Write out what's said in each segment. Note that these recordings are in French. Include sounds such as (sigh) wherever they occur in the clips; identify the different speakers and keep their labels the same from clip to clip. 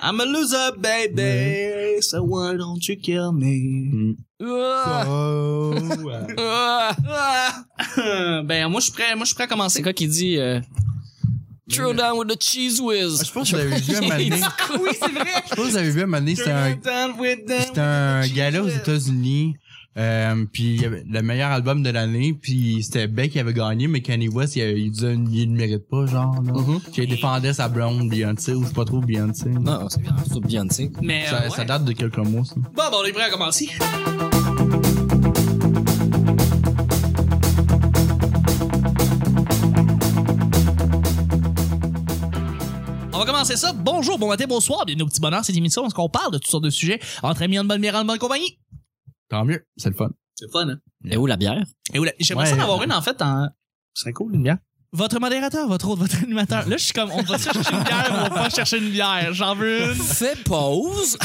Speaker 1: I'm a loser, baby. So why don't you kill me?
Speaker 2: Ah! Ah!
Speaker 1: Ah! (laughs) ben, moi, je suis prêt, moi, je suis prêt à commencer.
Speaker 2: C'est quoi qui dit euh, Throw down with the cheese whiz.
Speaker 3: Je pense que vous avez vu un
Speaker 2: Ah,
Speaker 3: moment donné-
Speaker 1: Oui, c'est (laughs) vrai.
Speaker 3: Je pense que vous avez vu un moment donné, c'était un, c'était un gala aux États-Unis. Euh, puis il y avait le meilleur album de l'année, puis c'était Beck qui avait gagné, mais Kanye West, il, a- il disait il ne mérite pas, genre, là. Puis il défendait sa blonde Beyoncé, ou je sais pas trop Beyoncé. là.
Speaker 2: Non, c'est bien, c'est bien, tu sais.
Speaker 1: Mais,
Speaker 3: Ça,
Speaker 1: euh,
Speaker 3: ça
Speaker 1: ouais.
Speaker 3: date de quelques mois, ça.
Speaker 1: Bon, ben, on est prêt à commencer. On va commencer ça. Bonjour, bon matin, bonsoir. Bienvenue au petit bonheur. C'est l'émission où on parle de toutes sortes de sujets entre amis en bonne bière, en bonne compagnie.
Speaker 3: Tant mieux, c'est le fun.
Speaker 1: C'est fun, hein?
Speaker 2: Et où la bière?
Speaker 1: Et oula, J'aimerais ça en
Speaker 3: Ouais.
Speaker 1: avoir une, en fait, en... C'est cool, une bière. Votre modérateur, votre autre, votre animateur. Là, je suis comme, on va chercher une bière, on va pas chercher une bière. J'en veux une.
Speaker 2: Fais pause.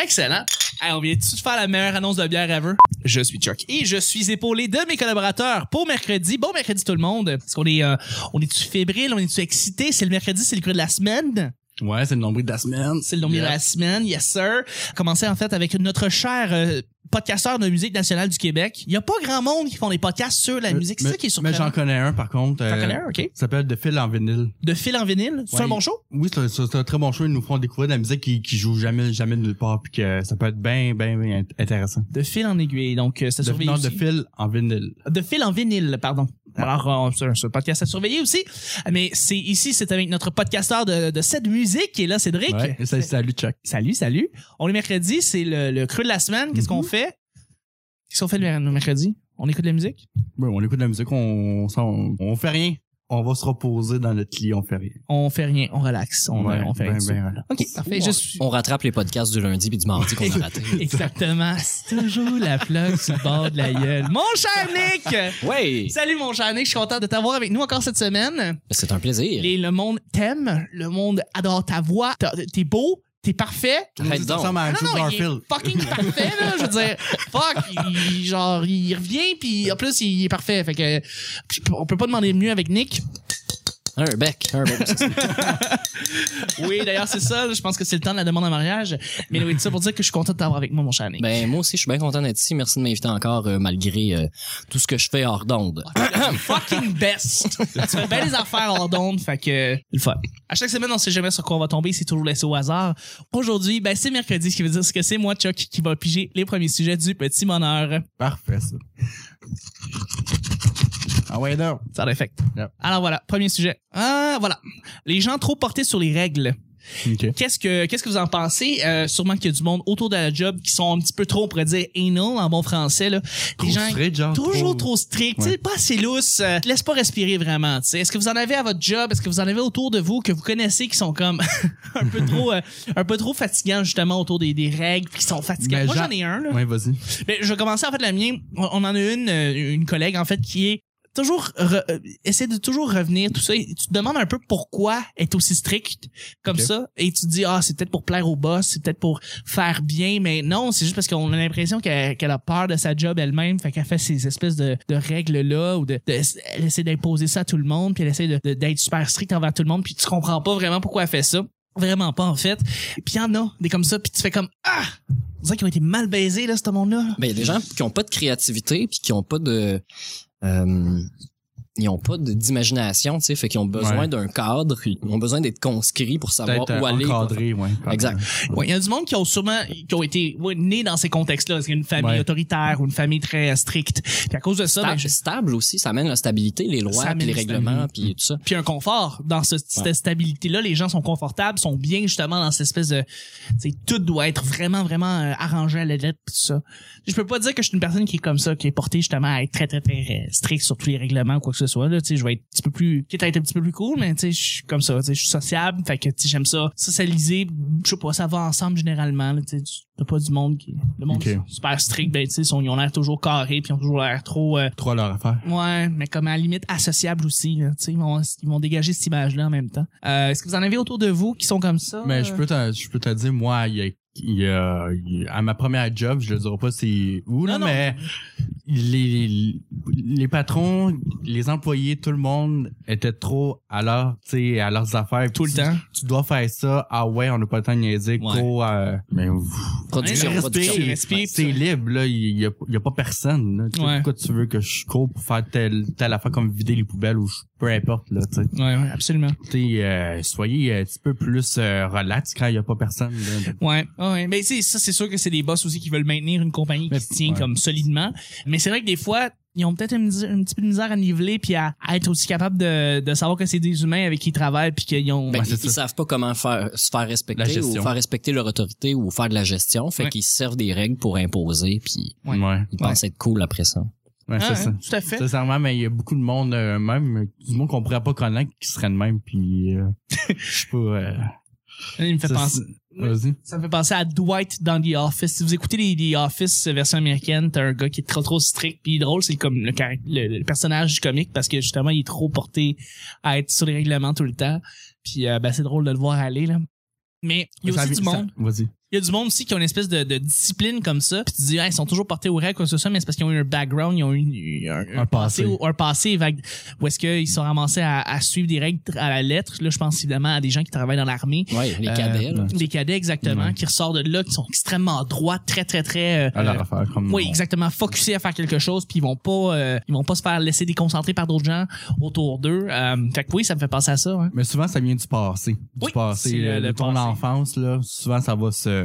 Speaker 1: Excellent. Hey, on vient-tu de faire la meilleure annonce de bière ever? Je suis Chuck. Et je suis épaulé de mes collaborateurs pour mercredi. Bon mercredi tout le monde. Parce qu'on est, euh, on est-tu fébrile? On est-tu excité? C'est le mercredi, c'est le creux de la semaine.
Speaker 3: Ouais, c'est le nombril de la semaine.
Speaker 1: C'est le nombre de la semaine. Yes, sir. Commencer en fait avec notre cher euh, podcasteur de musique nationale du Québec. Il y a pas grand monde qui font des podcasts sur la musique. C'est ça qui est
Speaker 3: Mais j'en
Speaker 1: surprenant.
Speaker 3: connais un, par contre.
Speaker 1: T'en
Speaker 3: euh,
Speaker 1: connais un, OK.
Speaker 3: Ça s'appelle De fil en vinyle.
Speaker 1: De fil en vinyle. C'est
Speaker 3: Ouais.
Speaker 1: un bon show?
Speaker 3: Oui, c'est un- c'est un très bon show. Ils nous font découvrir de la musique qui, qui joue jamais, jamais nulle part, puis que ça peut être bien, bien, bien int- intéressant.
Speaker 1: De fil en aiguille. Donc, euh, ça
Speaker 3: De,
Speaker 1: surveille
Speaker 3: non,
Speaker 1: aussi.
Speaker 3: de fil en vinyle.
Speaker 1: de fil en vinyle, pardon. Alors, euh, c'est un- c'est un podcast à surveiller aussi. Mais c'est ici, c'est avec notre podcasteur de, de cette musique qui est là, Cédric.
Speaker 3: Ouais, et ça- salut, Chuck.
Speaker 1: Salut, salut. On est mercredi, c'est le, le creux de la semaine. Qu'est-ce
Speaker 3: Mhm.
Speaker 1: qu'on fait? Qu'est-ce qu'on fait le le mercredi? On écoute de la musique?
Speaker 3: Ouais, on écoute de la musique, on, on, s'en- on fait rien. On va se reposer dans notre lit, on fait rien.
Speaker 1: On fait rien, on relaxe, on,
Speaker 3: Ouais,
Speaker 1: on fait
Speaker 3: ben,
Speaker 1: rien. du tout.
Speaker 3: ben, voilà.
Speaker 1: OK, parfait. Je suis-
Speaker 2: On rattrape les podcasts du lundi puis du mardi qu'on a raté.
Speaker 1: Exactement. C'est toujours la plug sur le bord de la gueule. Mon cher Nick!
Speaker 2: Ouais.
Speaker 1: Salut mon cher Nick, je suis content de t'avoir avec nous encore cette semaine.
Speaker 2: C'est un plaisir.
Speaker 1: Les- le monde t'aime, le monde adore ta voix, t'as- t'es beau, t'es parfait.
Speaker 3: Tout le monde
Speaker 2: Arrête
Speaker 3: dit,
Speaker 2: donc.
Speaker 3: Ça ressemble à
Speaker 1: Ah
Speaker 3: Andrew
Speaker 1: non, non, il
Speaker 3: Garfield.
Speaker 1: est fucking parfait, là. Je veux dire, fuck, il, genre, il revient, puis en plus, il est parfait. Fait que, puis on peut pas demander mieux avec Nick.
Speaker 2: Un bec. Un bec. (laughs)
Speaker 1: Oui, d'ailleurs, c'est ça. Je pense que c'est le temps de la demande en mariage. Mais oui, tout ça pour dire que je suis content de t'avoir avec moi, mon cher Nick.
Speaker 2: Ben, moi aussi, je suis bien content d'être ici. Merci de m'inviter encore, euh, malgré euh, tout ce que je fais hors d'onde.
Speaker 1: (laughs) fucking best. tu fais bien les affaires hors d'onde, fait que le fun. À chaque semaine, on sait jamais sur quoi on va tomber, c'est toujours laissé au hasard. Aujourd'hui, ben c'est mercredi, ce qui veut dire que c'est moi, Chuck, qui va piger les premiers sujets du petit bonheur.
Speaker 3: Parfait, ça. Ah ouais, non.
Speaker 1: Ça l'affecte.
Speaker 3: Yep.
Speaker 1: Alors voilà, premier sujet. Ah, voilà. Les gens trop portés sur les règles.
Speaker 3: OK.
Speaker 1: Qu'est-ce que qu'est-ce que vous en pensez Euh, Sûrement qu'il y a du monde autour de la job qui sont un petit peu trop, on pourrait dire, anal en bon français là.
Speaker 3: Trop straight, genre, trop-
Speaker 1: toujours trop strict, tu sais,
Speaker 3: Ouais.
Speaker 1: pas assez lousse. euh, laisse pas respirer vraiment. tu sais. Est-ce que vous en avez à votre job Est-ce que vous en avez autour de vous que vous connaissez qui sont comme (laughs) un peu trop, euh, un peu trop fatigants justement autour des, des règles, puis qui sont fatigants.
Speaker 3: Mais
Speaker 1: Moi
Speaker 3: Jean-
Speaker 1: j'en ai un là.
Speaker 3: Ouais, vas-y.
Speaker 1: Mais je vais commencer en fait la mienne. On on en a une, euh, une collègue en fait qui est toujours re- euh, essaie de toujours revenir tout ça. Et tu te demandes un peu pourquoi être aussi strict comme
Speaker 3: Ok.
Speaker 1: ça et tu te dis ah c'est peut-être pour plaire au boss, c'est peut-être pour faire bien, mais non c'est juste parce qu'on a l'impression qu'elle qu'elle a peur de sa job elle-même, fait qu'elle fait ces espèces de, de règles là ou de, de- elle essaie d'imposer ça à tout le monde puis elle essaie de- de- d'être super stricte envers tout le monde puis tu comprends pas vraiment pourquoi elle fait ça. Vraiment pas en fait. Puis y en a des comme ça puis tu fais comme ah on dirait qu'ils ont été mal baisés là ce monde là.
Speaker 2: Ben, il y a des gens qui ont pas de créativité puis qui ont pas de euh, ils ont pas de- d'imagination, tu sais, fait qu'ils ont besoin
Speaker 3: Ouais.
Speaker 2: d'un cadre, ils ont besoin d'être conscrits pour savoir
Speaker 3: Peut-être
Speaker 2: où
Speaker 3: euh,
Speaker 2: aller.
Speaker 3: encadré, ouais.
Speaker 2: Exact.
Speaker 1: Ouais, il y a du monde qui ont sûrement qui ont été ouais, nés dans ces contextes-là, c'est une famille
Speaker 3: Ouais.
Speaker 1: autoritaire ou une famille très euh, stricte. Puis à cause de ça, ben,
Speaker 2: Stable,
Speaker 1: je-
Speaker 2: stable aussi, ça amène la stabilité, les lois,
Speaker 1: Ça
Speaker 2: puis les
Speaker 1: amène la
Speaker 2: règlements, puis tout ça.
Speaker 1: puis un confort dans ce- cette
Speaker 2: Ouais.
Speaker 1: stabilité-là, les gens sont confortables, sont bien justement dans cette espèce de, tu sais, tout doit être vraiment vraiment euh, arrangé à la lettre puis tout ça. Je peux pas dire que je suis une personne qui est comme ça, qui est portée justement à être très très très euh, stricte sur tous les règlements ou quoi que ce soit. Là, tu sais, je vais être un petit peu plus, quitte à être un petit peu plus cool, mais tu sais, je suis comme ça, tu sais, je suis sociable, fait que tu sais, j'aime ça, socialiser, je sais pas, ça va ensemble généralement. Là, tu sais, tu- t'as pas du monde qui, le monde
Speaker 3: Ok.
Speaker 1: qui est super strict, ben tu sais, ils sont- ils ont l'air toujours carrés, puis ils ont toujours l'air trop euh,
Speaker 3: Trois leur affaire.
Speaker 1: Ouais, mais comme à la limite associable aussi. Là, Tu sais, ils, vont, ils vont dégager cette image-là en même temps. Euh, Est-ce que vous en avez autour de vous qui sont comme ça?
Speaker 3: Mais Ben, je peux te, je peux te dire, moi, il y a, il y a- il y a- à ma première job, je le dirai pas c'est où, là,
Speaker 1: Non, non.
Speaker 3: mais les, les, les patrons, les employés, tout le monde était trop à leur, tu sais, à leurs affaires.
Speaker 1: Tout le
Speaker 3: Tu-
Speaker 1: temps.
Speaker 3: Tu dois faire ça. Ah ouais, on n'a pas le temps de niaiser.
Speaker 2: Ouais.
Speaker 3: Go, euh, mais
Speaker 2: Production,
Speaker 1: Respect,
Speaker 2: production.
Speaker 1: respect. respire,
Speaker 3: c'est
Speaker 1: puis-
Speaker 3: libre, là. Il n'y a, il y a pas personne, là. Tu sais,
Speaker 1: Ouais.
Speaker 3: Pourquoi tu veux que je cours pour faire telle, telle affaire comme vider les poubelles ou je- peu importe, là, tu sais.
Speaker 1: Ouais, ouais, absolument.
Speaker 3: Tu sais, euh, soyez un petit peu plus euh, relax quand il n'y a pas personne, là.
Speaker 1: Ouais, Ah ouais. Mais tu sais, ça, c'est sûr que c'est des boss aussi qui veulent maintenir une compagnie qui
Speaker 3: Mais-
Speaker 1: se tient
Speaker 3: ouais.
Speaker 1: comme solidement. Mais c'est vrai que des fois, ils ont peut-être un, mis- un petit peu de misère à niveler puis à, à être aussi capable de, de savoir que c'est des humains avec qui ils travaillent puis qu'ils ont.
Speaker 2: Ben,
Speaker 3: Ouais,
Speaker 2: ils,
Speaker 3: c'est
Speaker 2: ils
Speaker 3: ça.
Speaker 2: savent pas comment faire, se faire
Speaker 3: La
Speaker 2: respecter ou
Speaker 3: gestion.
Speaker 2: faire respecter leur autorité ou faire de la gestion. Fait
Speaker 1: Ouais.
Speaker 2: qu'ils se servent des règles pour imposer, puis
Speaker 1: Ouais.
Speaker 3: Ouais,
Speaker 2: ils pensent être cool après ça.
Speaker 3: ouais,
Speaker 1: Ah,
Speaker 3: c'est ça.
Speaker 1: hein, tout à fait.
Speaker 3: Sincèrement, mais il y a beaucoup de monde, euh, même, du monde qu'on pourrait pas connaître, qui serait de même, puis
Speaker 1: (laughs)
Speaker 3: euh, je sais pas. euh,
Speaker 1: Il me fait
Speaker 3: ça,
Speaker 1: penser.
Speaker 3: c'est- Vas-y.
Speaker 1: Ça me fait penser à Dwight dans The Office. Si vous écoutez les, les Office euh, version américaine, t'as un gars qui est trop trop strict puis drôle, c'est comme le, caract- le, le personnage du comique parce que justement il est trop porté à être sur les règlements tout le temps. Puis euh, ben, c'est drôle de le voir aller là. Mais il y a
Speaker 3: Ça vient-
Speaker 1: aussi du monde.
Speaker 3: ça- Vas-y.
Speaker 1: Il y a du monde aussi qui ont une espèce de, de discipline comme ça. Puis tu dis, Ah, ils sont toujours portés aux règles, quoi que ce soit, mais c'est parce qu'ils ont eu un background, ils ont eu une- un,
Speaker 3: Un passé.
Speaker 1: ou- un passé vague. Où est-ce qu'ils se sont ramassés à, à suivre des règles à la lettre. Là, je pense évidemment à des gens qui travaillent dans l'armée.
Speaker 2: Ouais, les
Speaker 1: Euh,
Speaker 2: cadets, là.
Speaker 1: Des cadets, exactement,
Speaker 3: Ouais.
Speaker 1: qui ressortent de là, qui sont extrêmement droits, très, très, très... euh,
Speaker 3: À leur affaire, comme.
Speaker 1: oui, exactement. Focusés à faire quelque chose, puis ils vont pas, euh, ils vont pas se faire laisser déconcentrer par d'autres gens autour d'eux. Euh, fait que oui, ça me fait penser à ça. hein.
Speaker 3: Mais souvent, ça vient du passé. Du
Speaker 1: Oui, c'est
Speaker 3: passé.
Speaker 1: le-
Speaker 3: euh,
Speaker 1: le
Speaker 3: de ton
Speaker 1: passé.
Speaker 3: enfance, là, souvent, ça va se.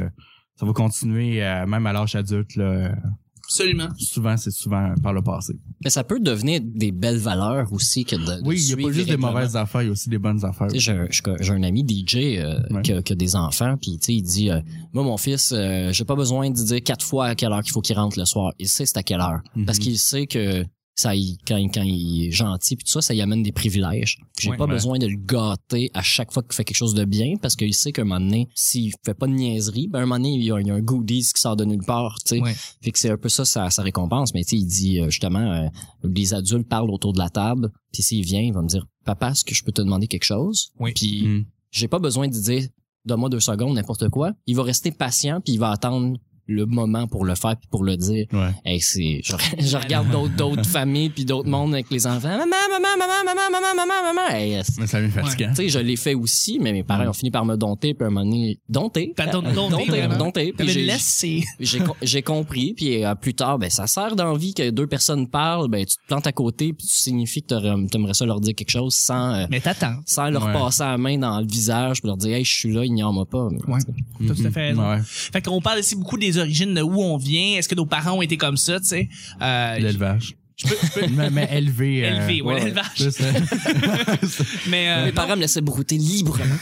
Speaker 3: Ça va continuer, euh, même à l'âge adulte, là.
Speaker 1: Absolument.
Speaker 3: Souvent, c'est souvent par le passé.
Speaker 2: Mais ça peut devenir des belles valeurs aussi que de, de
Speaker 3: Oui, il
Speaker 2: suivre
Speaker 3: n'y a pas
Speaker 2: les
Speaker 3: juste des
Speaker 2: règlements.
Speaker 3: mauvaises affaires, il y a aussi des bonnes affaires.
Speaker 2: Tu sais, J'ai un, j'ai- j'ai un ami DJ euh,
Speaker 3: Ouais.
Speaker 2: qui, a, qui a des enfants, puis tu sais, il dit euh, Moi, mon fils, euh, j'ai pas besoin de dire quatre fois à quelle heure qu'il faut qu'il rentre le soir. Il sait c'est à quelle heure.
Speaker 3: Mhm.
Speaker 2: Parce qu'il sait que ça, il- quand, il- quand il est gentil, puis tout ça, ça y amène des privilèges. J'ai
Speaker 1: Ouais.
Speaker 2: pas
Speaker 3: Ouais.
Speaker 2: besoin de le gâter à chaque fois qu'il fait quelque chose de bien, parce qu'il sait qu'à un moment donné, s'il fait pas de niaiserie, ben, un moment donné, il y a, il y a un goodies qui sort de nulle part. tu sais.
Speaker 1: Ouais.
Speaker 2: Fait que c'est un peu ça sa, sa récompense. Mais tu sais, il dit euh, justement, euh, les adultes parlent autour de la table. Puis s'il vient, il va me dire, papa, est-ce que je peux te demander quelque chose?
Speaker 1: Oui.
Speaker 2: Puis
Speaker 3: Mm.
Speaker 2: j'ai pas besoin de dire, donne-moi deux secondes, n'importe quoi. Il va rester patient, puis il va attendre le moment pour le faire, puis pour le dire.
Speaker 3: Ouais.
Speaker 2: Hey, c'est, je, (laughs) je regarde d'autres, d'autres familles, puis d'autres mondes avec les enfants. Maman, maman, maman, maman, maman, maman, maman. Hey, yes.
Speaker 3: Mais ça devient fatigant.
Speaker 2: Tu sais, je l'ai fait aussi, mais mes parents ont fini par me dompter, puis à un moment donné, dompter.
Speaker 1: T'as don- dompté, vraiment.
Speaker 2: dompter. Puis
Speaker 1: T'avais
Speaker 2: j'ai-
Speaker 1: laissé.
Speaker 2: j'ai com- j'ai compris puis euh, plus tard ben ça sert d'envie que deux personnes parlent ben tu te plantes à côté puis tu signifies que t'aurais- t'aimerais ça leur dire quelque chose sans euh,
Speaker 1: (laughs) Mais t'attends.
Speaker 2: sans leur
Speaker 3: Ouais.
Speaker 2: passer la main dans le visage puis leur dire hey je suis là ignore-moi pas
Speaker 1: Ouais. T'as tout à fait raison.
Speaker 3: Mhm. Ouais.
Speaker 1: Fait qu'on parle ici beaucoup des origines de où on vient. Est-ce que nos parents ont été comme ça, tu sais? Euh,
Speaker 3: L'élevage.
Speaker 1: je peux, je peux
Speaker 3: (laughs) mais, mais élevé. euh,
Speaker 1: élever, ouais,
Speaker 2: ouais,
Speaker 1: l'élevage.
Speaker 3: c'est ça.
Speaker 1: (laughs) (laughs) Mais euh,
Speaker 2: mes parents me laissaient brouter librement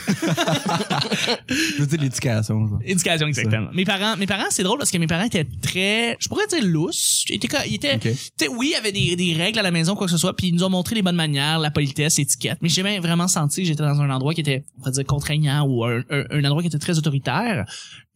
Speaker 3: Je veux dire l'éducation, genre.
Speaker 1: (laughs) Éducation, exactement. Mes parents, mes parents, c'est drôle parce que mes parents étaient très, je pourrais dire lousses. Ils étaient, co- ils étaient,
Speaker 3: Ok.
Speaker 1: tu sais, oui, il y avait des, des règles à la maison, quoi que ce soit, puis ils nous ont montré les bonnes manières, la politesse, l'étiquette. Mais j'ai bien vraiment senti que j'étais dans un endroit qui était, on va dire, contraignant ou un, un- un endroit qui était très autoritaire.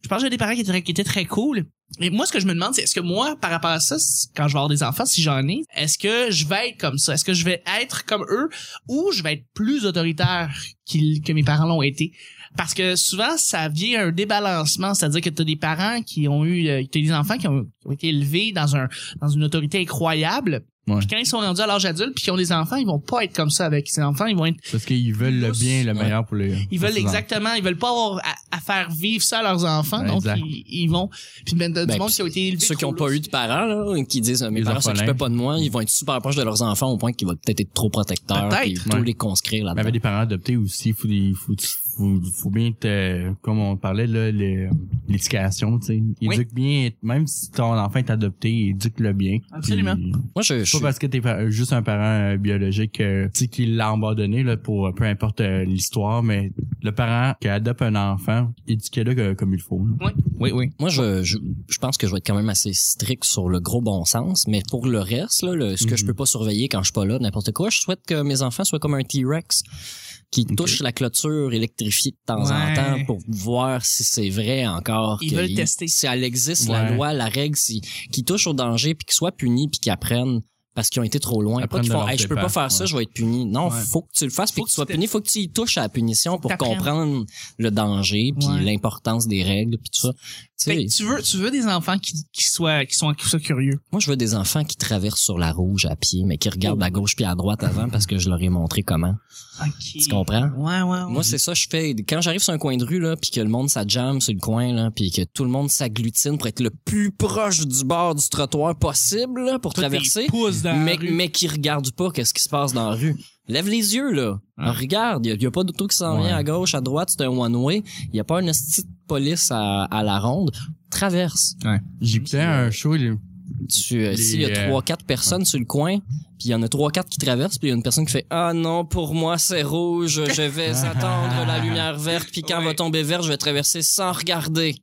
Speaker 1: Je pense que j'ai des parents qui étaient, qui étaient très cool. Et moi, ce que je me demande, c'est est-ce que moi, par rapport à ça, c- quand je vais avoir des enfants, si j'en ai, est-ce que je vais être comme ça? Est-ce que je vais être comme eux ou je vais être plus autoritaire qu'ils- que mes parents l'ont été? Parce que souvent, ça vient un débalancement, c'est-à-dire que tu as des parents qui ont eu, euh, t'as des enfants qui ont, qui ont été élevés dans un dans une autorité incroyable.
Speaker 3: Ouais.
Speaker 1: Puis quand ils sont rendus à l'âge adulte, puis qu'ils ont des enfants, ils vont pas être comme ça avec ces enfants. Ils vont être,
Speaker 3: Parce qu'ils veulent le bien et le
Speaker 2: Ouais.
Speaker 3: meilleur pour les.
Speaker 1: ils
Speaker 3: pour
Speaker 1: veulent
Speaker 3: ses enfants.
Speaker 1: exactement, ils veulent pas avoir à, à faire vivre ça à leurs enfants.
Speaker 3: Ouais,
Speaker 1: donc
Speaker 3: exact.
Speaker 1: ils, ils vont. Puis ben, t'as du
Speaker 2: Ben,
Speaker 1: monde
Speaker 2: puis
Speaker 1: qui ont été élevés.
Speaker 2: ceux qui
Speaker 1: trop
Speaker 2: ont pas
Speaker 1: lourds.
Speaker 2: eu de parents là qui disent euh, mes
Speaker 3: Les
Speaker 2: parents s'occupaient
Speaker 3: orphelins.
Speaker 2: pas de moi ils vont être super proches de leurs enfants au point qu'ils vont peut-être être trop protecteurs
Speaker 1: Peut-être.
Speaker 2: puis tout
Speaker 3: Ouais.
Speaker 2: les conscrire
Speaker 3: Mais
Speaker 2: là-dedans
Speaker 3: avec des parents adoptés aussi, faut des, faut, faut, faut bien être, euh, comme on parlait, là, le- l'éducation, tu sais.
Speaker 1: Oui.
Speaker 3: Éduque bien, même si ton enfant est adopté, éduque-le bien.
Speaker 1: Absolument.
Speaker 3: Puis,
Speaker 2: moi je, je
Speaker 3: c'est
Speaker 2: suis-
Speaker 3: pas parce que t'es pa- juste un parent euh, biologique, euh, tu sais, qui l'a abandonné, là, pour, euh, peu importe euh, l'histoire, mais le parent qui adopte un enfant, éduquez-le que- comme il faut. là.
Speaker 1: Oui, oui.
Speaker 2: Moi, je, je, je pense que je vais être quand même assez strict sur le gros bon sens, mais pour le reste, là, le- ce que
Speaker 3: Mhm.
Speaker 2: je peux pas surveiller quand je suis pas là, n'importe quoi, je souhaite que mes enfants soient comme un T-Rex qui touche la clôture électrifiée de temps en
Speaker 1: Ouais.
Speaker 2: temps pour voir si c'est vrai encore.
Speaker 1: Ils
Speaker 2: que
Speaker 1: veulent
Speaker 2: il-
Speaker 1: tester.
Speaker 2: Si elle existe, la
Speaker 3: Ouais.
Speaker 2: loi, la règle, si, qui touche au danger, puis qu'ils soient punis, puis qu'ils apprennent parce qu'ils ont été trop loin. Pas
Speaker 3: Apprendre
Speaker 2: qu'ils font,
Speaker 3: de leurs
Speaker 2: Hey, je peux pas
Speaker 3: dépenses,
Speaker 2: faire ça,
Speaker 3: ouais.
Speaker 2: je vais être puni. Non,
Speaker 3: Ouais.
Speaker 2: faut que tu le fasses puis
Speaker 1: Faut
Speaker 2: que
Speaker 1: que
Speaker 2: tu sois
Speaker 1: tu
Speaker 2: puni. Faut que tu y touches à la punition pour
Speaker 1: T'apprennes.
Speaker 2: comprendre le danger puis
Speaker 1: Ouais.
Speaker 2: l'importance des règles puis tout ça. Tu
Speaker 1: Fait
Speaker 2: sais,
Speaker 1: que tu veux, tu veux des enfants qui, qui soient, qui sont, qui soient curieux.
Speaker 2: moi, je veux des enfants qui traversent sur la rouge à pied, mais qui regardent à gauche puis à droite avant parce que je leur ai montré comment. Tu comprends?
Speaker 1: Ouais, ouais, ouais.
Speaker 2: Moi, c'est ça, je fais. Quand j'arrive sur un coin de rue, là, puis que le monde, ça jamme sur le coin, là, puis que tout le monde s'agglutine pour être le plus proche du bord du trottoir possible, là, pour
Speaker 1: Toi, t'es
Speaker 2: traverser,
Speaker 1: pouce dans la
Speaker 2: mais,
Speaker 1: rue.
Speaker 2: mais qui regarde pas qu'est-ce qui se passe dans la rue. Lève les yeux, là.
Speaker 1: Ah.
Speaker 3: Ouais.
Speaker 2: Regarde, il y, a pas d'auto qui s'en
Speaker 3: Ouais.
Speaker 2: vient à gauche, à droite, c'est un one-way. Il y a pas une petite police à, à la ronde. Traverse.
Speaker 3: J'ai fait
Speaker 1: euh,
Speaker 3: un show, il-
Speaker 2: Tu, euh,
Speaker 3: Les,
Speaker 2: s'il y a
Speaker 3: euh,
Speaker 2: trois, quatre personnes sur le coin, puis il y en a trois, quatre qui traversent, puis il y a une personne qui fait Ah non, pour moi c'est rouge, je vais attendre la lumière verte, puis quand
Speaker 1: Ouais.
Speaker 2: va tomber vert, je vais traverser sans regarder.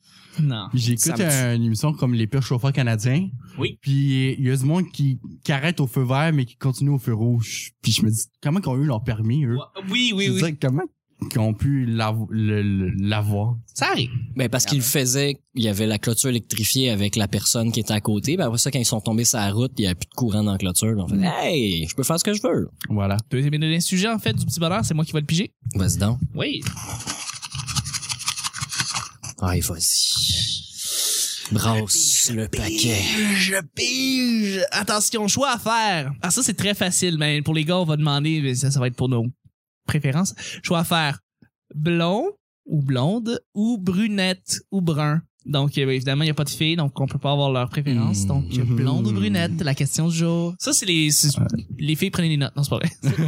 Speaker 1: Non.
Speaker 3: j'écoute
Speaker 2: Ça me tue.
Speaker 3: un- une émission comme Les pires chauffeurs canadiens.
Speaker 1: Oui.
Speaker 3: Puis il y a du monde qui, qui arrête au feu vert, mais qui continue au feu rouge. Puis je me dis, comment qu'ils ont eu leur permis, eux?
Speaker 1: Oui, oui,
Speaker 3: Je
Speaker 1: oui.
Speaker 3: veux dire, comment qu'ils ont pu l'avo- le- le- l'avoir?
Speaker 1: Ça arrive.
Speaker 2: Ben parce
Speaker 3: Ah.
Speaker 2: qu'il faisait, il y avait la clôture électrifiée avec la personne qui était à côté, ben après ça, quand ils sont tombés sur la route, il y avait plus de courant dans la clôture, ben, on fait Hey, je peux faire ce que je veux.
Speaker 3: Voilà.
Speaker 1: Deuxième et dernier sujet, en fait, du petit bonheur, c'est moi qui vais le piger.
Speaker 2: Vas-y donc.
Speaker 1: Oui.
Speaker 2: Allez, vas-y. Brasse le paquet.
Speaker 1: Je pige. Attention, choix à faire. Ah, ça, c'est très facile, mais pour les gars, on va demander, mais ça, ça va être pour nos préférences. Choix à faire. Blond ou blonde ou brunette ou brun. Donc, euh, évidemment, il n'y a pas de filles, donc on peut pas avoir leurs préférences.
Speaker 2: Mmh.
Speaker 1: Donc,
Speaker 3: Mmh.
Speaker 1: blonde ou brunette, la question du jour. Hmm. Ça, c'est les, c'est- les filles prenez les notes. Non, c'est pas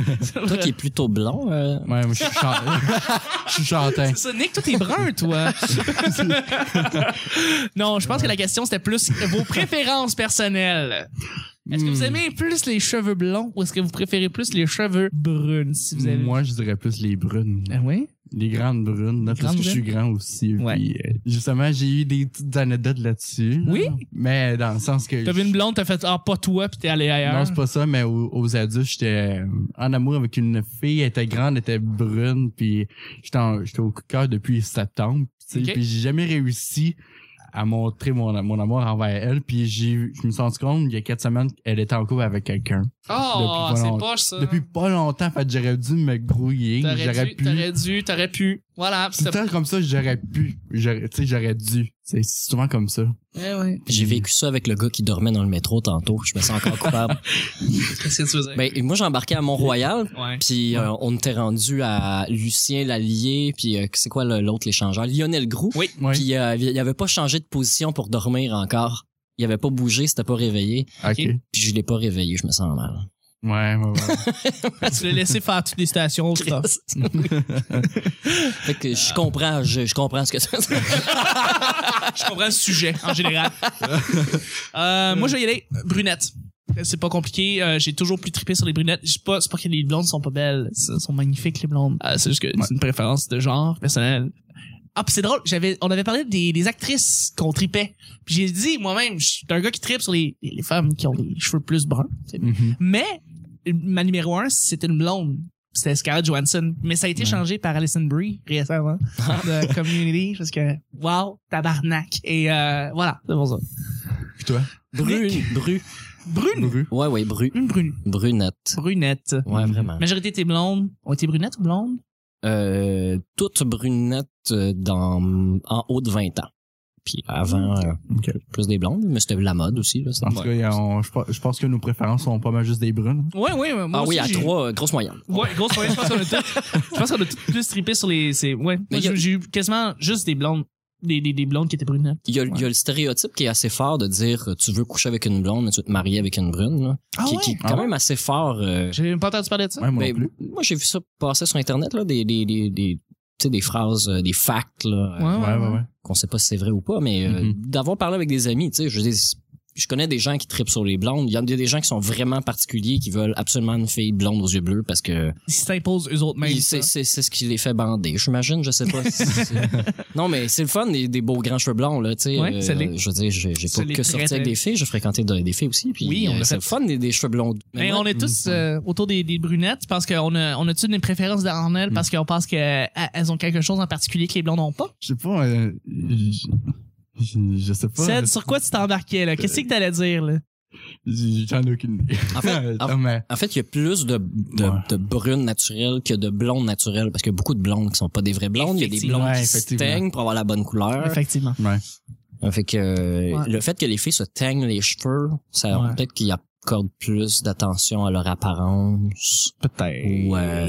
Speaker 1: (laughs) vrai.
Speaker 2: Toi qui es plutôt blond, euh,
Speaker 3: Ouais, moi, je suis chan- (laughs) je suis chantin.
Speaker 1: C'est ça, Nick, toi, t'es brun, (laughs) toi. non, je pense que la question, c'était plus vos préférences personnelles. Est-ce que vous
Speaker 3: Hmm.
Speaker 1: aimez plus les cheveux blonds ou est-ce que vous préférez plus les cheveux brunes, si (laughs) vous avez...
Speaker 3: Moi, je dirais plus les brunes.
Speaker 1: Ah oui?
Speaker 3: Les grandes brunes, là, parce
Speaker 1: Grandes
Speaker 3: que je suis grand aussi.
Speaker 1: Ouais.
Speaker 3: Puis, euh, justement, j'ai eu des petites anecdotes là-dessus. là.
Speaker 1: Oui?
Speaker 3: Mais dans le sens que.
Speaker 1: T'as vu une blonde, t'as fait « Ah, pas toi », puis t'es allé ailleurs.
Speaker 3: Non, c'est pas ça, mais aux, aux adultes, j'étais euh, en amour avec une fille, elle était grande, elle était brune, puis j'étais en- j'étais au coup de cœur depuis septembre, tu sais,
Speaker 1: Ok.
Speaker 3: puis j'ai jamais réussi à montrer mon, mon amour envers elle, puis j'ai je me suis rendu compte il y a quatre semaines qu'elle était en couple avec quelqu'un.
Speaker 1: Oh,
Speaker 3: Depuis pas
Speaker 1: c'est
Speaker 3: longtemps.
Speaker 1: poche, ça.
Speaker 3: Depuis pas longtemps, fait que j'aurais dû me grouiller,
Speaker 1: Euh. T'aurais
Speaker 3: j'aurais
Speaker 1: dû,
Speaker 3: pu...
Speaker 1: t'aurais dû, t'aurais pu. Voilà.
Speaker 3: C'est tout le temps comme ça, j'aurais pu, j'aurais- tu sais, j'aurais dû. C'est souvent comme ça.
Speaker 1: Eh ouais.
Speaker 2: j'ai
Speaker 3: Hmm.
Speaker 2: vécu ça avec le gars qui dormait dans le métro tantôt. Je me sens encore coupable.
Speaker 1: Qu'est-ce que tu veux dire?
Speaker 2: Ben, moi, j'embarquais à Mont-Royal,
Speaker 1: ouais.
Speaker 2: puis euh, on était rendu à Lucien Lallier, puis euh, c'est quoi le- l'autre l'échangeur? Lionel Groux.
Speaker 1: Oui.
Speaker 3: Ouais.
Speaker 2: Puis euh, il avait pas changé de position pour dormir encore. Il avait pas bougé, c'était pas réveillé.
Speaker 3: OK.
Speaker 2: Puis je l'ai pas réveillé, je me sens mal.
Speaker 3: Ouais, ouais, (laughs) ouais.
Speaker 1: tu l'as laissé faire toutes les (laughs) stations. tout ça.
Speaker 2: Fait que je comprends, je, je comprends ce que ça
Speaker 1: Je comprends le sujet en général. Euh, moi, je vais y aller brunette. C'est pas compliqué. euh, j'ai toujours plus trippé sur les brunettes. Je sais pas, c'est pas que les blondes sont pas belles. Elles sont magnifiques les blondes. Euh, c'est juste que c'est une préférence de genre personnel. Ah, pis c'est drôle. J'avais, on avait parlé des, des actrices qu'on tripait. Puis j'ai dit moi-même, je suis un gars qui tripe sur les, les femmes qui ont les cheveux plus bruns. C'est-
Speaker 3: Mhm.
Speaker 1: Mais ma numéro un, c'était une blonde. C'était Scarlett Johansson. Mais ça a été changé par Alison Brie récemment
Speaker 2: Ah.
Speaker 1: de Community parce que wow, tabarnak. Et euh, voilà, c'est pour ça.
Speaker 3: Puis toi?
Speaker 2: Brune, bru.
Speaker 1: Brune,
Speaker 3: Bru?
Speaker 2: Ouais, ouais, bru.
Speaker 1: une brune,
Speaker 2: Brunette.
Speaker 1: brunette.
Speaker 2: Ouais, vraiment.
Speaker 1: Majorité était blonde. On était brunette ou blonde
Speaker 2: Euh, toute brunette euh, dans, en haut de 20 ans. Puis avant, euh,
Speaker 3: OK.
Speaker 2: plus des blondes, mais c'était la mode aussi. Là, ça.
Speaker 3: En tout cas, on- je, pense- je pense que nos préférences sont pas mal juste des brunes.
Speaker 1: Ouais, ouais. ouais, moi
Speaker 2: ah oui,
Speaker 1: aussi,
Speaker 2: à
Speaker 1: j'ai-
Speaker 2: trois, euh, grosse moyenne.
Speaker 1: Ouais, grosse moyenne, je pense qu'on a tout. Je pense qu'on a tout plus trippé sur les. c'est- Ouais. Moi,
Speaker 2: Mais y a-
Speaker 1: j'ai j'ai eu quasiment juste des blondes, des, des, des blondes qui étaient brunettes.
Speaker 2: Il y, a, il y a le stéréotype qui est assez fort de dire euh, tu veux coucher avec une blonde, mais tu veux te marier avec une brune. là. qui, qui est
Speaker 3: Ah
Speaker 2: quand
Speaker 3: ouais?
Speaker 2: même assez fort. euh,
Speaker 1: J'ai même pas entendu parler de ça.
Speaker 3: hein. Ouais, moi
Speaker 2: ben,
Speaker 3: non plus.
Speaker 2: moi, j'ai vu ça passer sur Internet, là, des, des, des, des, tu sais, des phrases, euh, des facts, là, euh,
Speaker 1: Ah,
Speaker 3: Ouais, ouais, ouais.
Speaker 2: qu'on sait pas si c'est vrai ou pas, mais euh,
Speaker 3: Mhm.
Speaker 2: d'avoir parlé avec des amis, tu sais, je veux dire, je connais des gens qui tripent sur les blondes. Il y en a des gens qui sont vraiment particuliers, qui veulent absolument une fille blonde aux yeux bleus parce que
Speaker 1: Ils s'imposent eux autres mêmes.
Speaker 2: ils- c'est
Speaker 1: ça.
Speaker 2: c'est- c'est ce qui les fait bander. J'imagine, je sais pas. si
Speaker 1: (laughs)
Speaker 2: c'est- non, mais c'est le fun des, des beaux grands cheveux blonds là, tu sais. euh,
Speaker 1: Ouais, ça l'est.
Speaker 2: je veux dire, j'ai j'ai
Speaker 1: Ça
Speaker 2: pas
Speaker 1: l'est
Speaker 2: que
Speaker 1: très,
Speaker 2: sorti
Speaker 1: très.
Speaker 2: avec des filles, j'ai fréquenté de- des filles aussi. Puis,
Speaker 1: Oui, on
Speaker 2: euh,
Speaker 1: l'a
Speaker 2: c'est
Speaker 1: fait.
Speaker 2: le fun des, des cheveux blonds.
Speaker 1: Mais
Speaker 2: moi,
Speaker 1: on est
Speaker 3: mm,
Speaker 1: tous euh, autour des, des brunettes parce qu'on a, on a-tu une préférence en elles parce
Speaker 3: Mm.
Speaker 1: qu'on pense qu'elles ont quelque chose en particulier que les blondes n'ont pas?
Speaker 3: Je sais pas. euh, je, je- je sais pas.
Speaker 1: Ced, sur quoi tu t'embarquais, là? Qu'est-ce que t'allais dire, là?
Speaker 3: J'en ai aucune
Speaker 1: (laughs)
Speaker 3: idée.
Speaker 2: En fait,
Speaker 1: Ah,
Speaker 3: (laughs)
Speaker 2: en-
Speaker 3: Non, mais-
Speaker 2: en fait, il y a plus de, de,
Speaker 3: Ouais.
Speaker 2: de brunes naturelles que de blondes naturelles parce qu'il y a beaucoup de blondes qui sont pas des vraies blondes. Il y a des
Speaker 1: Effectivement.
Speaker 2: blondes
Speaker 3: Ouais,
Speaker 2: qui se
Speaker 3: effectivement.
Speaker 2: teignent pour avoir la bonne couleur.
Speaker 1: Effectivement.
Speaker 3: Ouais.
Speaker 2: Fait que euh,
Speaker 1: Ouais.
Speaker 2: le fait que les filles se teignent les cheveux, ça
Speaker 1: Ouais.
Speaker 2: peut-être qu'ils accordent plus d'attention à leur apparence
Speaker 1: Peut-être.
Speaker 2: ou euh,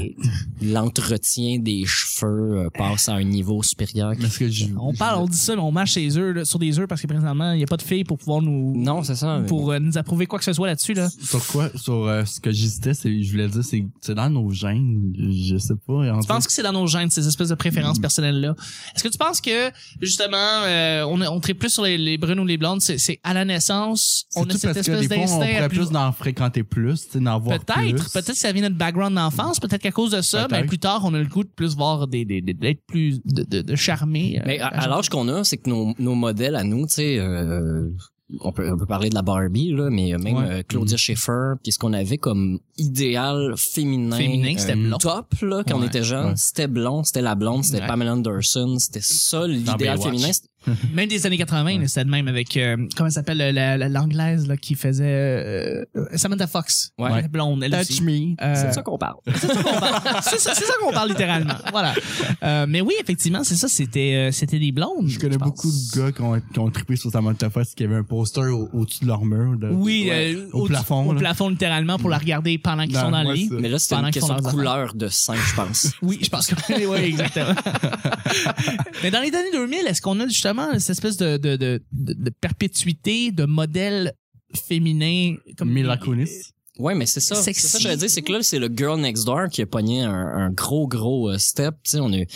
Speaker 2: l'entretien des cheveux euh, passe à un niveau supérieur.
Speaker 3: Mais ce que je-
Speaker 1: On parle, on dit ça, mais on marche chez eux, là, sur des œufs parce que présentement, il n'y a pas de filles pour pouvoir nous.
Speaker 2: Non, c'est ça. mais-
Speaker 1: Pour euh, nous approuver quoi que ce soit là-dessus, là.
Speaker 3: Sur quoi? Sur euh, ce que j'hésitais, c'est, je voulais dire, c'est, c'est dans nos gènes. Je sais pas. en
Speaker 1: Tu penses que c'est dans nos gènes, ces espèces de
Speaker 3: Mm.
Speaker 1: préférences personnelles-là? Est-ce que tu penses que, justement, euh, on, on traite plus sur les, les brunes ou les blondes? C'est c'est à la naissance,
Speaker 3: C'est
Speaker 1: on
Speaker 3: tout
Speaker 1: a cette
Speaker 3: parce que des
Speaker 1: espèce
Speaker 3: fois, on
Speaker 1: d'instinct à
Speaker 3: pourrait
Speaker 1: plus...
Speaker 3: plus d'en fréquenter plus, tu sais, d'en voir plus.
Speaker 1: Peut-être, peut-être que ça vient de notre background d'enfance, peut-être qu'à cause de ça, ben,
Speaker 3: Peut-être.
Speaker 1: plus tard, on a le goût de plus voir des, des, des- d'être plus, de, de, de charmer. euh,
Speaker 2: Mais à,
Speaker 1: la
Speaker 2: à l'âge qu'on a, c'est que nos, nos modèles à nous, tu sais, euh, on, peut, on peut parler de la Barbie, là, mais même
Speaker 1: Ouais. Mhm.
Speaker 2: euh, Claudia Schiffer, puis ce qu'on avait comme idéal féminin, euh,
Speaker 1: Féminin, c'était blond.
Speaker 2: top là, quand on
Speaker 1: Ouais,
Speaker 2: était jeune,
Speaker 3: ouais.
Speaker 2: c'était blond, c'était la blonde, c'était
Speaker 1: Ouais.
Speaker 2: Pamela Anderson, c'était ça l'idéal
Speaker 3: Baywatch.
Speaker 2: féminin. C'était-
Speaker 1: Même des années 80, là, c'était le même avec, euh, comment elle s'appelle, euh, la- la- l'anglaise là, qui faisait euh, euh, Samantha Fox,
Speaker 2: Ouais.
Speaker 1: la blonde. Elle aussi.
Speaker 3: Touch me.
Speaker 1: Euh,
Speaker 2: C'est de ça qu'on parle.
Speaker 1: (laughs) c'est ça, c'est ça qu'on parle littéralement. (laughs) Voilà. Euh, mais oui, effectivement, c'est ça. C'était, euh, c'était des blondes.
Speaker 3: Je connais
Speaker 1: pense.
Speaker 3: beaucoup de gars qui ont, qui ont trippé sur Samantha Fox qui avait un poster au- au-dessus de leur mur. de-
Speaker 1: Oui,
Speaker 2: Ouais.
Speaker 1: euh,
Speaker 3: Au plafond,
Speaker 1: Au
Speaker 3: là.
Speaker 1: plafond, littéralement, pour la regarder pendant qu'ils
Speaker 3: Non,
Speaker 1: sont dans le
Speaker 3: moi,
Speaker 1: lit.
Speaker 3: ça.
Speaker 2: Mais là, c'était
Speaker 1: Pendant
Speaker 2: une
Speaker 1: qu'ils sont
Speaker 2: question de
Speaker 1: dans leur
Speaker 2: couleur de sein, je
Speaker 1: (laughs)
Speaker 2: pense.
Speaker 1: Oui, je pense que oui, exactement. (laughs) Mais dans les années 2000, est-ce qu'on a justement cette espèce de, de, de, de, de perpétuité de modèle féminin comme
Speaker 3: Mila Kunis.
Speaker 2: Ouais, mais c'est ça. C'est
Speaker 1: Sexy.
Speaker 2: ça que j'allais dire, c'est que là, c'est le girl next door qui a pogné un, un gros, gros euh, step. Tu sais, on est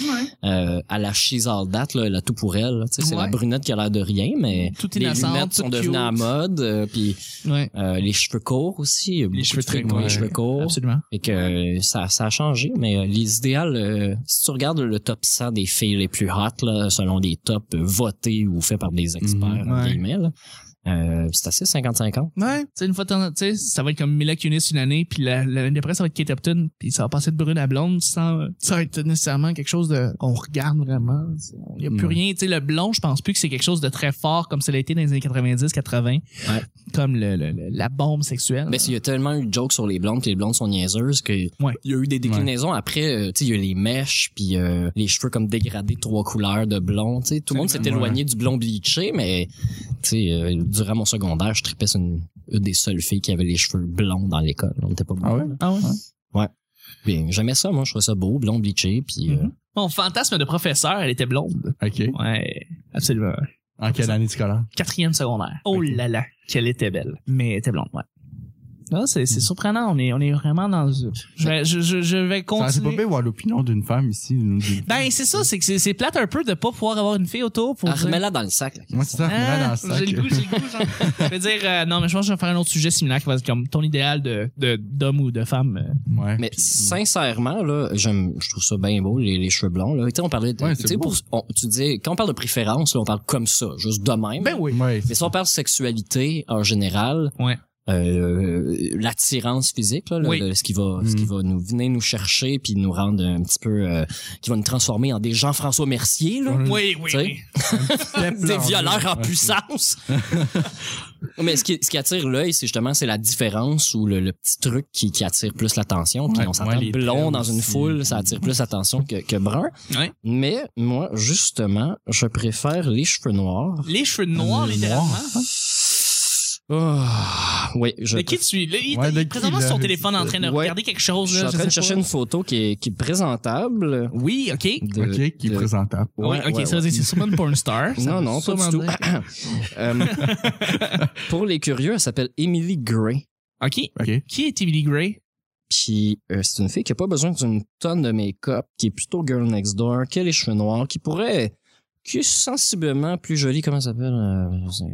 Speaker 2: euh, à la she's all that, là, elle a tout pour elle. là. Tu sais, c'est
Speaker 1: Ouais.
Speaker 2: la brunette qui a l'air de rien, mais
Speaker 1: Toute
Speaker 2: les
Speaker 1: innocente,
Speaker 2: lunettes sont
Speaker 1: toute
Speaker 2: devenues
Speaker 1: cute.
Speaker 2: à mode. euh, puis
Speaker 1: Ouais,
Speaker 2: euh, les cheveux courts aussi. euh, Les
Speaker 1: cheveux très courts.
Speaker 2: Les cheveux courts.
Speaker 1: absolument.
Speaker 2: Et que euh, ça, ça a changé, mais euh, les idéales, euh, si tu regardes le top 100 des filles les plus hot, là, selon des tops euh, votés ou faits par des experts,
Speaker 3: Mhm,
Speaker 2: en
Speaker 1: ouais.
Speaker 2: guillemets, là, euh, c'est assez 50-50.
Speaker 1: Ouais, tu sais, une fois, t'en- tu sais, ça va être comme Mila Kunis une année, puis la- l'année d'après, ça va être Kate Upton, puis ça va passer de brune à blonde sans, euh, sans être nécessairement quelque chose de, qu'on regarde vraiment. Il y a plus
Speaker 2: Mm.
Speaker 1: rien, tu sais, le blond, je pense plus que c'est quelque chose de très fort comme ça l'a été dans les années 90, 80.
Speaker 2: Ouais.
Speaker 1: Comme le, le- le- la bombe sexuelle.
Speaker 3: Euh.
Speaker 2: Mais Ben, il y a tellement eu de jokes sur les blondes, que les blondes sont niaiseuses, que
Speaker 1: Ouais.
Speaker 2: il y a eu des déclinaisons. Après, euh, tu sais, il y a eu les mèches, puis euh, les cheveux comme dégradés, de trois couleurs de blond. tu sais. Tout le monde s'est
Speaker 3: Ouais.
Speaker 2: éloigné du blond bleaché, mais tu sais, euh, durant mon secondaire, je tripais sur une, une des seules filles qui avait les cheveux blonds dans l'école. On était pas blonds.
Speaker 3: Ah ouais?
Speaker 1: Ah ouais.
Speaker 2: Bien, j'aimais ça, moi. Je trouvais ça beau, blond bleaché, puis
Speaker 3: Mm-hmm.
Speaker 2: euh,
Speaker 1: Mhm. Mon fantasme de professeur, elle était blonde.
Speaker 3: OK.
Speaker 1: Ouais, absolument.
Speaker 3: En quelle année scolaire?
Speaker 1: Quatrième secondaire. Oh
Speaker 3: Ok.
Speaker 1: là là, qu'elle était belle. Mais elle était blonde, ouais. Ah, c'est c'est surprenant, on est, on est vraiment dans... Je vais, je, je, je vais
Speaker 3: Ça, C'est pas
Speaker 1: continuer.
Speaker 3: bien voir l'opinion d'une femme ici. d'une- d'une-
Speaker 1: Ben, c'est ça, c'est que c'est- c'est plate un peu de pas pouvoir avoir une fille autour pour.
Speaker 2: ah,
Speaker 1: dire-
Speaker 2: remets-la dans le sac. là.
Speaker 3: Moi, c'est ça,
Speaker 1: Ah,
Speaker 3: dans le
Speaker 1: J'ai le goût,
Speaker 3: sac.
Speaker 1: j'ai le goût. genre.
Speaker 2: (laughs)
Speaker 1: je veux dire, euh, non, mais je pense que je vais faire un autre sujet similaire qui va être comme ton idéal de de- d'homme ou de femme. euh.
Speaker 3: Ouais.
Speaker 2: Mais sincèrement, là, j'aime, je trouve ça bien beau, les, les cheveux blonds, là. Tu sais, on parlait de,
Speaker 3: Ouais, c'est
Speaker 2: tu sais,
Speaker 3: beau.
Speaker 2: pour, on- tu dis, quand on parle de préférence, là, on parle comme ça, juste de même.
Speaker 1: Ben oui.
Speaker 3: (laughs) Ouais.
Speaker 2: Mais si on parle sexualité en général,
Speaker 1: Ouais.
Speaker 2: euh, l'attirance physique, là, le-
Speaker 1: Oui.
Speaker 2: le- ce qui va, ce
Speaker 3: Mhm.
Speaker 2: qui va nous venir nous chercher puis nous rendre un petit peu, euh, qui va nous transformer en des Jean-François Mercier, là.
Speaker 3: Ouais.
Speaker 1: Oui, oui.
Speaker 2: Mm. Tu sais? (laughs)
Speaker 1: oui.
Speaker 2: Des violeurs en puissance. Mais ce qui, ce qui attire l'œil, c'est justement c'est la différence ou le, le petit truc qui, qui attire plus l'attention. Puis
Speaker 3: Ouais,
Speaker 2: on s'entend
Speaker 3: ouais, les
Speaker 2: blond
Speaker 3: traits
Speaker 2: dans une
Speaker 3: aussi.
Speaker 2: foule, ça attire plus l'attention que, que brun.
Speaker 1: Ouais.
Speaker 2: Mais moi, justement, je préfère les cheveux noirs.
Speaker 1: Les cheveux noirs,
Speaker 3: Les
Speaker 1: littéralement.
Speaker 3: noirs.
Speaker 2: Ah, oui, je
Speaker 1: De qui tu es? Là, il-
Speaker 3: Ouais,
Speaker 1: il-
Speaker 3: de qui,
Speaker 1: présentement,
Speaker 3: là?
Speaker 1: sur son téléphone en train de
Speaker 2: Ouais.
Speaker 1: regarder quelque chose.
Speaker 2: Je suis
Speaker 1: Là,
Speaker 2: en train de
Speaker 1: sais
Speaker 2: chercher
Speaker 1: pas.
Speaker 2: une photo qui est, qui est présentable.
Speaker 1: Oui, OK. Ouais,
Speaker 2: de-
Speaker 3: OK, qui est
Speaker 2: de-
Speaker 3: présentable.
Speaker 2: Ouais,
Speaker 1: OK,
Speaker 2: ouais,
Speaker 1: ça veut
Speaker 2: ouais.
Speaker 1: dire c'est sûrement une porn star.
Speaker 2: (laughs)
Speaker 1: Ça
Speaker 2: Non,
Speaker 1: veut
Speaker 2: non, pas
Speaker 1: sûrement
Speaker 2: du tout.
Speaker 1: dire-
Speaker 2: (coughs) Euh, pour les curieux, elle s'appelle Emily Gray.
Speaker 1: Ah, OK.
Speaker 3: OK.
Speaker 1: Qui est Emily Gray?
Speaker 2: Puis euh, c'est une fille qui a pas besoin d'une tonne de make-up, qui est plutôt girl next door, qui a les cheveux noirs, qui pourrait... qui est sensiblement plus jolie, comment ça s'appelle? euh, c'est-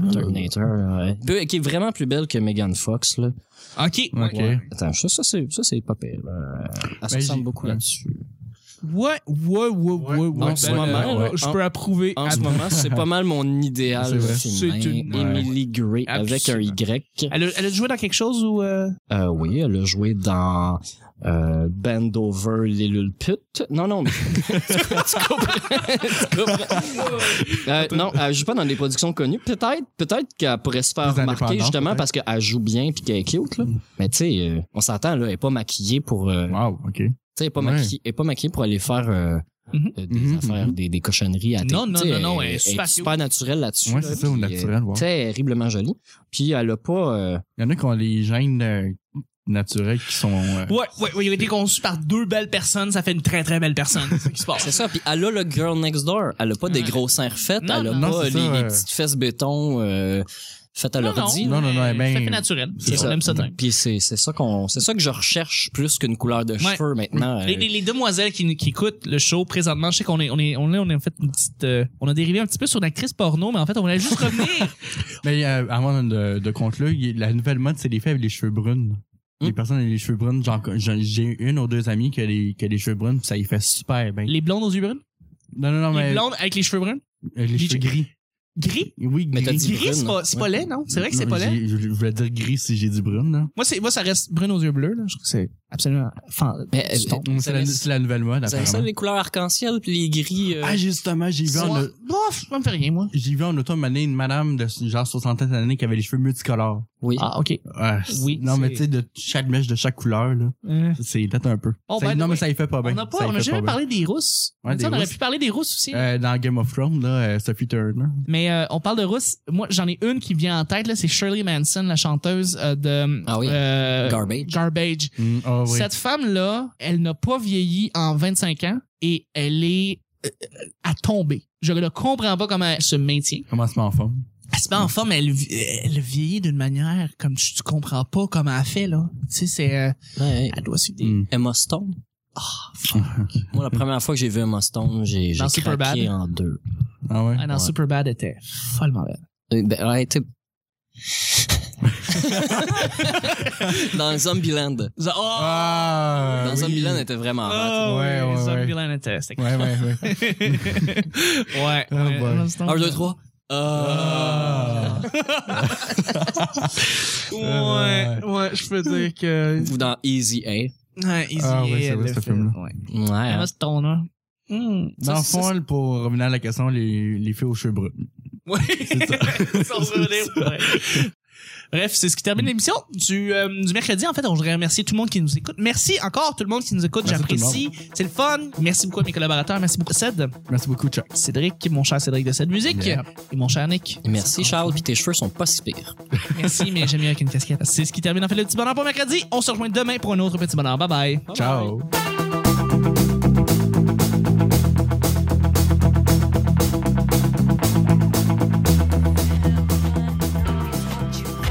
Speaker 2: euh, Terminator. ouais. Peu- Qui est vraiment plus belle que Megan Fox, là.
Speaker 1: OK.
Speaker 3: OK.
Speaker 2: Attends, ça, ça, c'est, ça, c'est pas pire. là. Elle se
Speaker 3: Ben,
Speaker 2: ressemble
Speaker 3: j'ai-
Speaker 1: ben,
Speaker 2: beaucoup
Speaker 3: ouais.
Speaker 2: là-dessus.
Speaker 1: Ouais, ouais, ouais, ouais, ouais.
Speaker 2: En ce moment,
Speaker 1: ouais, je
Speaker 2: ouais.
Speaker 1: peux approuver.
Speaker 2: En ce moment, c'est pas mal mon idéal.
Speaker 3: C'est vrai.
Speaker 2: féminin.
Speaker 1: C'est une-
Speaker 2: Emily Gray avec un Y.
Speaker 1: Elle a, elle a joué dans quelque chose ou euh,
Speaker 2: Euh, oui, elle a joué dans euh, Band Over L'Ilule Pute. Non, non, mais... (laughs) tu comprends? tu comprends? Euh, non, elle joue pas dans des productions connues. Peut-être peut-être qu'elle pourrait se faire
Speaker 3: Des
Speaker 2: remarquer
Speaker 3: indépendantes,
Speaker 2: justement
Speaker 3: peut-être.
Speaker 2: parce qu'elle joue bien puis qu'elle est cute. Là. Mais tu sais, euh, on s'entend, là, elle est pas maquillée pour... euh,
Speaker 3: Wow, OK.
Speaker 2: tu sais, elle est pas,
Speaker 3: Ouais.
Speaker 2: maquillée, elle est pas maquillée pour aller faire... euh,
Speaker 1: Mhm.
Speaker 2: euh, des
Speaker 3: Mhm,
Speaker 2: affaires,
Speaker 3: mhm.
Speaker 2: des, des cochonneries à
Speaker 1: Non,
Speaker 2: tête.
Speaker 1: non,
Speaker 2: Tu sais,
Speaker 1: non, non, elle est
Speaker 2: elle
Speaker 1: super
Speaker 2: est
Speaker 1: cute.
Speaker 2: super naturelle là-dessus.
Speaker 3: Ouais,
Speaker 2: là,
Speaker 3: c'est ça, au
Speaker 2: puis, euh,
Speaker 3: naturel. Wow.
Speaker 2: Terriblement jolie. Puis elle a pas... euh,
Speaker 3: Il y en a qui ont les gènes euh, naturels qui sont. euh,
Speaker 1: Ouais, ouais, ouais, il a été conçu par deux belles personnes, ça fait une très très belle personne. C'est ce qui se
Speaker 2: C'est
Speaker 1: (laughs) passe.
Speaker 2: ça, puis elle a le girl next door. Elle a pas des
Speaker 1: Ouais.
Speaker 2: grosses seins refaites,
Speaker 1: Non,
Speaker 2: elle a
Speaker 1: non.
Speaker 3: Non,
Speaker 2: pas les,
Speaker 3: c'est ça,
Speaker 2: les
Speaker 3: euh.
Speaker 2: petites fesses béton euh, faites à
Speaker 1: Non,
Speaker 2: l'ordi.
Speaker 3: non, non, non,
Speaker 1: mais
Speaker 3: eh ben,
Speaker 1: ça fait naturel.
Speaker 2: C'est
Speaker 1: on aime ça de même.
Speaker 2: Puis c'est c'est ça qu'on c'est ça que je recherche plus qu'une couleur de cheveux maintenant.
Speaker 1: Les, les- les demoiselles qui, qui écoutent le show présentement, je sais qu'on est, on est, on est, on est en fait une petite, euh, on a dérivé un petit peu sur l'actrice porno, mais en fait, on voulait juste revenir.
Speaker 3: (laughs) Mais euh, avant de, de compte là, il- la nouvelle mode, c'est les filles avec les cheveux bruns.
Speaker 2: Hmm.
Speaker 3: Les personnes avec les cheveux bruns, genre, j'ai j'ai une ou deux amies qui a les, qui a les cheveux bruns, puis ça y fait super bien.
Speaker 1: les blondes aux yeux bruns?
Speaker 3: Non, non, non, mais.
Speaker 1: Les blondes avec les cheveux bruns?
Speaker 3: euh, les cheveux gris.
Speaker 1: Gris?
Speaker 3: Oui,
Speaker 2: Mais
Speaker 3: gris.
Speaker 2: t'as dit
Speaker 1: Gris, c'est
Speaker 2: brune.
Speaker 1: pas, c'est pas laid, non? C'est vrai que c'est
Speaker 3: Non,
Speaker 1: pas laid?
Speaker 3: j'ai- Je, je voulais dire gris si j'ai dit brune, là.
Speaker 1: Moi, c'est, moi, ça reste brune aux yeux bleus, là. Je trouve que c'est absolument, enfin,
Speaker 2: Mais,
Speaker 1: du
Speaker 2: euh,
Speaker 1: ton.
Speaker 3: Donc,
Speaker 2: Ça
Speaker 3: C'est la,
Speaker 2: laisse-
Speaker 3: c'est la nouvelle mode,
Speaker 2: Vous avez ça
Speaker 3: apparemment.
Speaker 2: les couleurs arc-en-ciel puis les gris. euh,
Speaker 3: Ah, justement, j'ai vu, en,
Speaker 1: Moi, bof, ça me fait rien, moi.
Speaker 3: j'ai vu en automne année une madame de genre 60 d'années qui avait les cheveux multicolores.
Speaker 2: oui.
Speaker 1: Ah, ok.
Speaker 3: Ah, c'est-
Speaker 1: Oui,
Speaker 3: Non, mais
Speaker 1: c'est-
Speaker 3: tu sais, de chaque mèche, de chaque couleur, là.
Speaker 1: Euh,
Speaker 3: C'est peut-être un peu.
Speaker 1: Oh,
Speaker 3: Ça-
Speaker 1: by the
Speaker 3: non,
Speaker 1: way,
Speaker 3: mais ça y fait pas bien.
Speaker 1: on n'a
Speaker 3: Ça
Speaker 1: pas,
Speaker 3: y
Speaker 1: on
Speaker 3: fait
Speaker 1: n'a jamais
Speaker 3: pas bien.
Speaker 1: parlé des rousses.
Speaker 3: Ouais,
Speaker 1: On dit,
Speaker 3: des
Speaker 1: on aurait
Speaker 3: rousses.
Speaker 1: pu parler des rousses aussi.
Speaker 3: Euh, dans Game of Thrones, là, euh, Sophie Turner.
Speaker 1: Mais euh, on parle de rousses. Moi, j'en ai une qui vient en tête, là. C'est Shirley Manson, la chanteuse euh, de,
Speaker 2: Ah oui.
Speaker 1: euh,
Speaker 2: Garbage.
Speaker 1: Garbage.
Speaker 3: Ah oui.
Speaker 1: Cette femme-là, elle n'a pas vieilli en 25 ans et elle est euh, euh, à tomber. Je ne comprends pas comment elle se maintient.
Speaker 3: Commencement en forme.
Speaker 1: Elle se met en forme, elle, vi- elle vieillit d'une manière comme tu, tu comprends pas comment elle fait, là. Tu sais, c'est... euh,
Speaker 2: Ouais,
Speaker 1: elle doit suivre des...
Speaker 3: Mm.
Speaker 2: Emma Stone.
Speaker 1: Ah,
Speaker 2: Moi, la première fois que j'ai vu Emma Stone, j'ai j'ai
Speaker 1: Dans
Speaker 2: craqué
Speaker 1: Superbad.
Speaker 2: en deux.
Speaker 3: Ah ouais.
Speaker 1: ah non,
Speaker 2: Ouais.
Speaker 1: Superbad était follement belle.
Speaker 2: Euh, Ben, ouais, tu
Speaker 1: (laughs)
Speaker 2: Dans Zombieland.
Speaker 1: oh!
Speaker 3: Ah,
Speaker 2: Dans
Speaker 3: oui.
Speaker 2: Zombieland, elle était vraiment hot.
Speaker 1: Ah.
Speaker 3: ouais, ouais, ouais.
Speaker 1: Zombieland était... c'était-
Speaker 3: Ouais, ouais, ouais.
Speaker 1: (laughs) ouais.
Speaker 3: Oh
Speaker 1: ouais,
Speaker 3: boy.
Speaker 1: non, c'est-
Speaker 2: 1, 2, 3.
Speaker 3: Ah.
Speaker 1: Ouais, ouais, je peux dire que...
Speaker 2: Ou dans Easy A.
Speaker 1: (laughs) Ouais, Easy
Speaker 3: Ah
Speaker 1: A,
Speaker 3: ouais, c'est
Speaker 1: elle
Speaker 3: vrai,
Speaker 1: l'a
Speaker 3: ce
Speaker 1: fait,
Speaker 3: film-là. Ah.
Speaker 1: ouais.
Speaker 2: Ouais.
Speaker 1: Emma Stone, hein. Mm.
Speaker 3: Dans
Speaker 2: Ça,
Speaker 3: le
Speaker 2: c'est-
Speaker 3: fond, là, pour revenir à la question, les, les filles aux cheveux bruns.
Speaker 1: Oui,
Speaker 3: (laughs)
Speaker 1: Sans revenir, ouais. Bref, c'est ce qui termine l'émission du, euh, du mercredi. En fait, on voudrait remercier tout le monde qui nous écoute. Merci encore tout le monde qui nous écoute.
Speaker 3: Merci tout le
Speaker 1: J'apprécie. C'est le fun. Merci beaucoup à mes collaborateurs. Merci beaucoup à Ced,
Speaker 3: Merci beaucoup, Chuck.
Speaker 1: Cédric, mon cher Cédric de cette musique,
Speaker 3: Yeah.
Speaker 1: et mon cher Nick.
Speaker 2: Merci Charles, puis tes cheveux sont pas si pires.
Speaker 1: Merci, mais j'aime mieux avec une casquette. C'est ce qui termine en fait le petit bonheur pour mercredi. On se rejoint demain pour un autre petit bonheur. Bye bye.
Speaker 3: Ciao.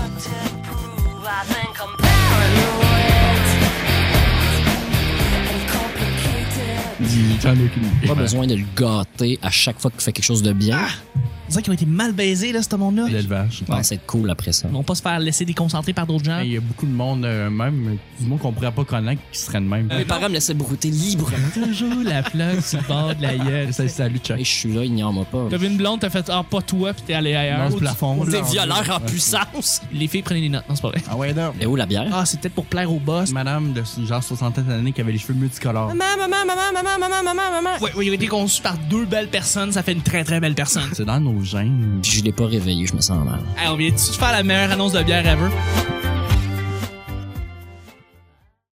Speaker 4: I think I'm paranoid and complicated.
Speaker 3: J'en ai aucune idée.
Speaker 2: Pas besoin de le gâter à chaque fois qu'il fait quelque chose de bien.
Speaker 1: Ah. C'est ça qu'ils ont été mal baisés, là, ce monde-là.
Speaker 3: L'élevage.
Speaker 2: Ouais, c'est cool après ça.
Speaker 1: Ils vont pas se faire laisser déconcentrer par d'autres gens.
Speaker 3: Il y a beaucoup de monde, euh, même, du monde qu'on pourrait pas connaître, qui serait de même.
Speaker 2: Mes parents me laissaient brouter libre.
Speaker 1: Toujours la plug sur le bord de la gueule.
Speaker 3: Salut, salut, Chuck.
Speaker 2: Et je suis là, ignore-moi pas.
Speaker 1: T'as vu une blonde, t'as fait Ah, pas toi, puis t'es allé ailleurs.
Speaker 3: Dans ce plafond.
Speaker 2: T'es
Speaker 3: là, on-
Speaker 2: violeur en puissance.
Speaker 1: Les filles prenaient des notes, non, c'est pas vrai.
Speaker 3: Ah ouais, non.
Speaker 2: Et où la bière?
Speaker 1: Ah, c'est peut-être pour plaire au boss.
Speaker 3: Madame de genre 60 d'années qui avait les cheveux multicolores.
Speaker 1: Ouais, ouais, il a été conçu par deux belles personnes, ça fait une très très belle personne.
Speaker 3: C'est dans nos gènes.
Speaker 2: Puis je l'ai pas réveillé, je me sens mal.
Speaker 1: hey, on vient-tu de faire la meilleure annonce de bière ever?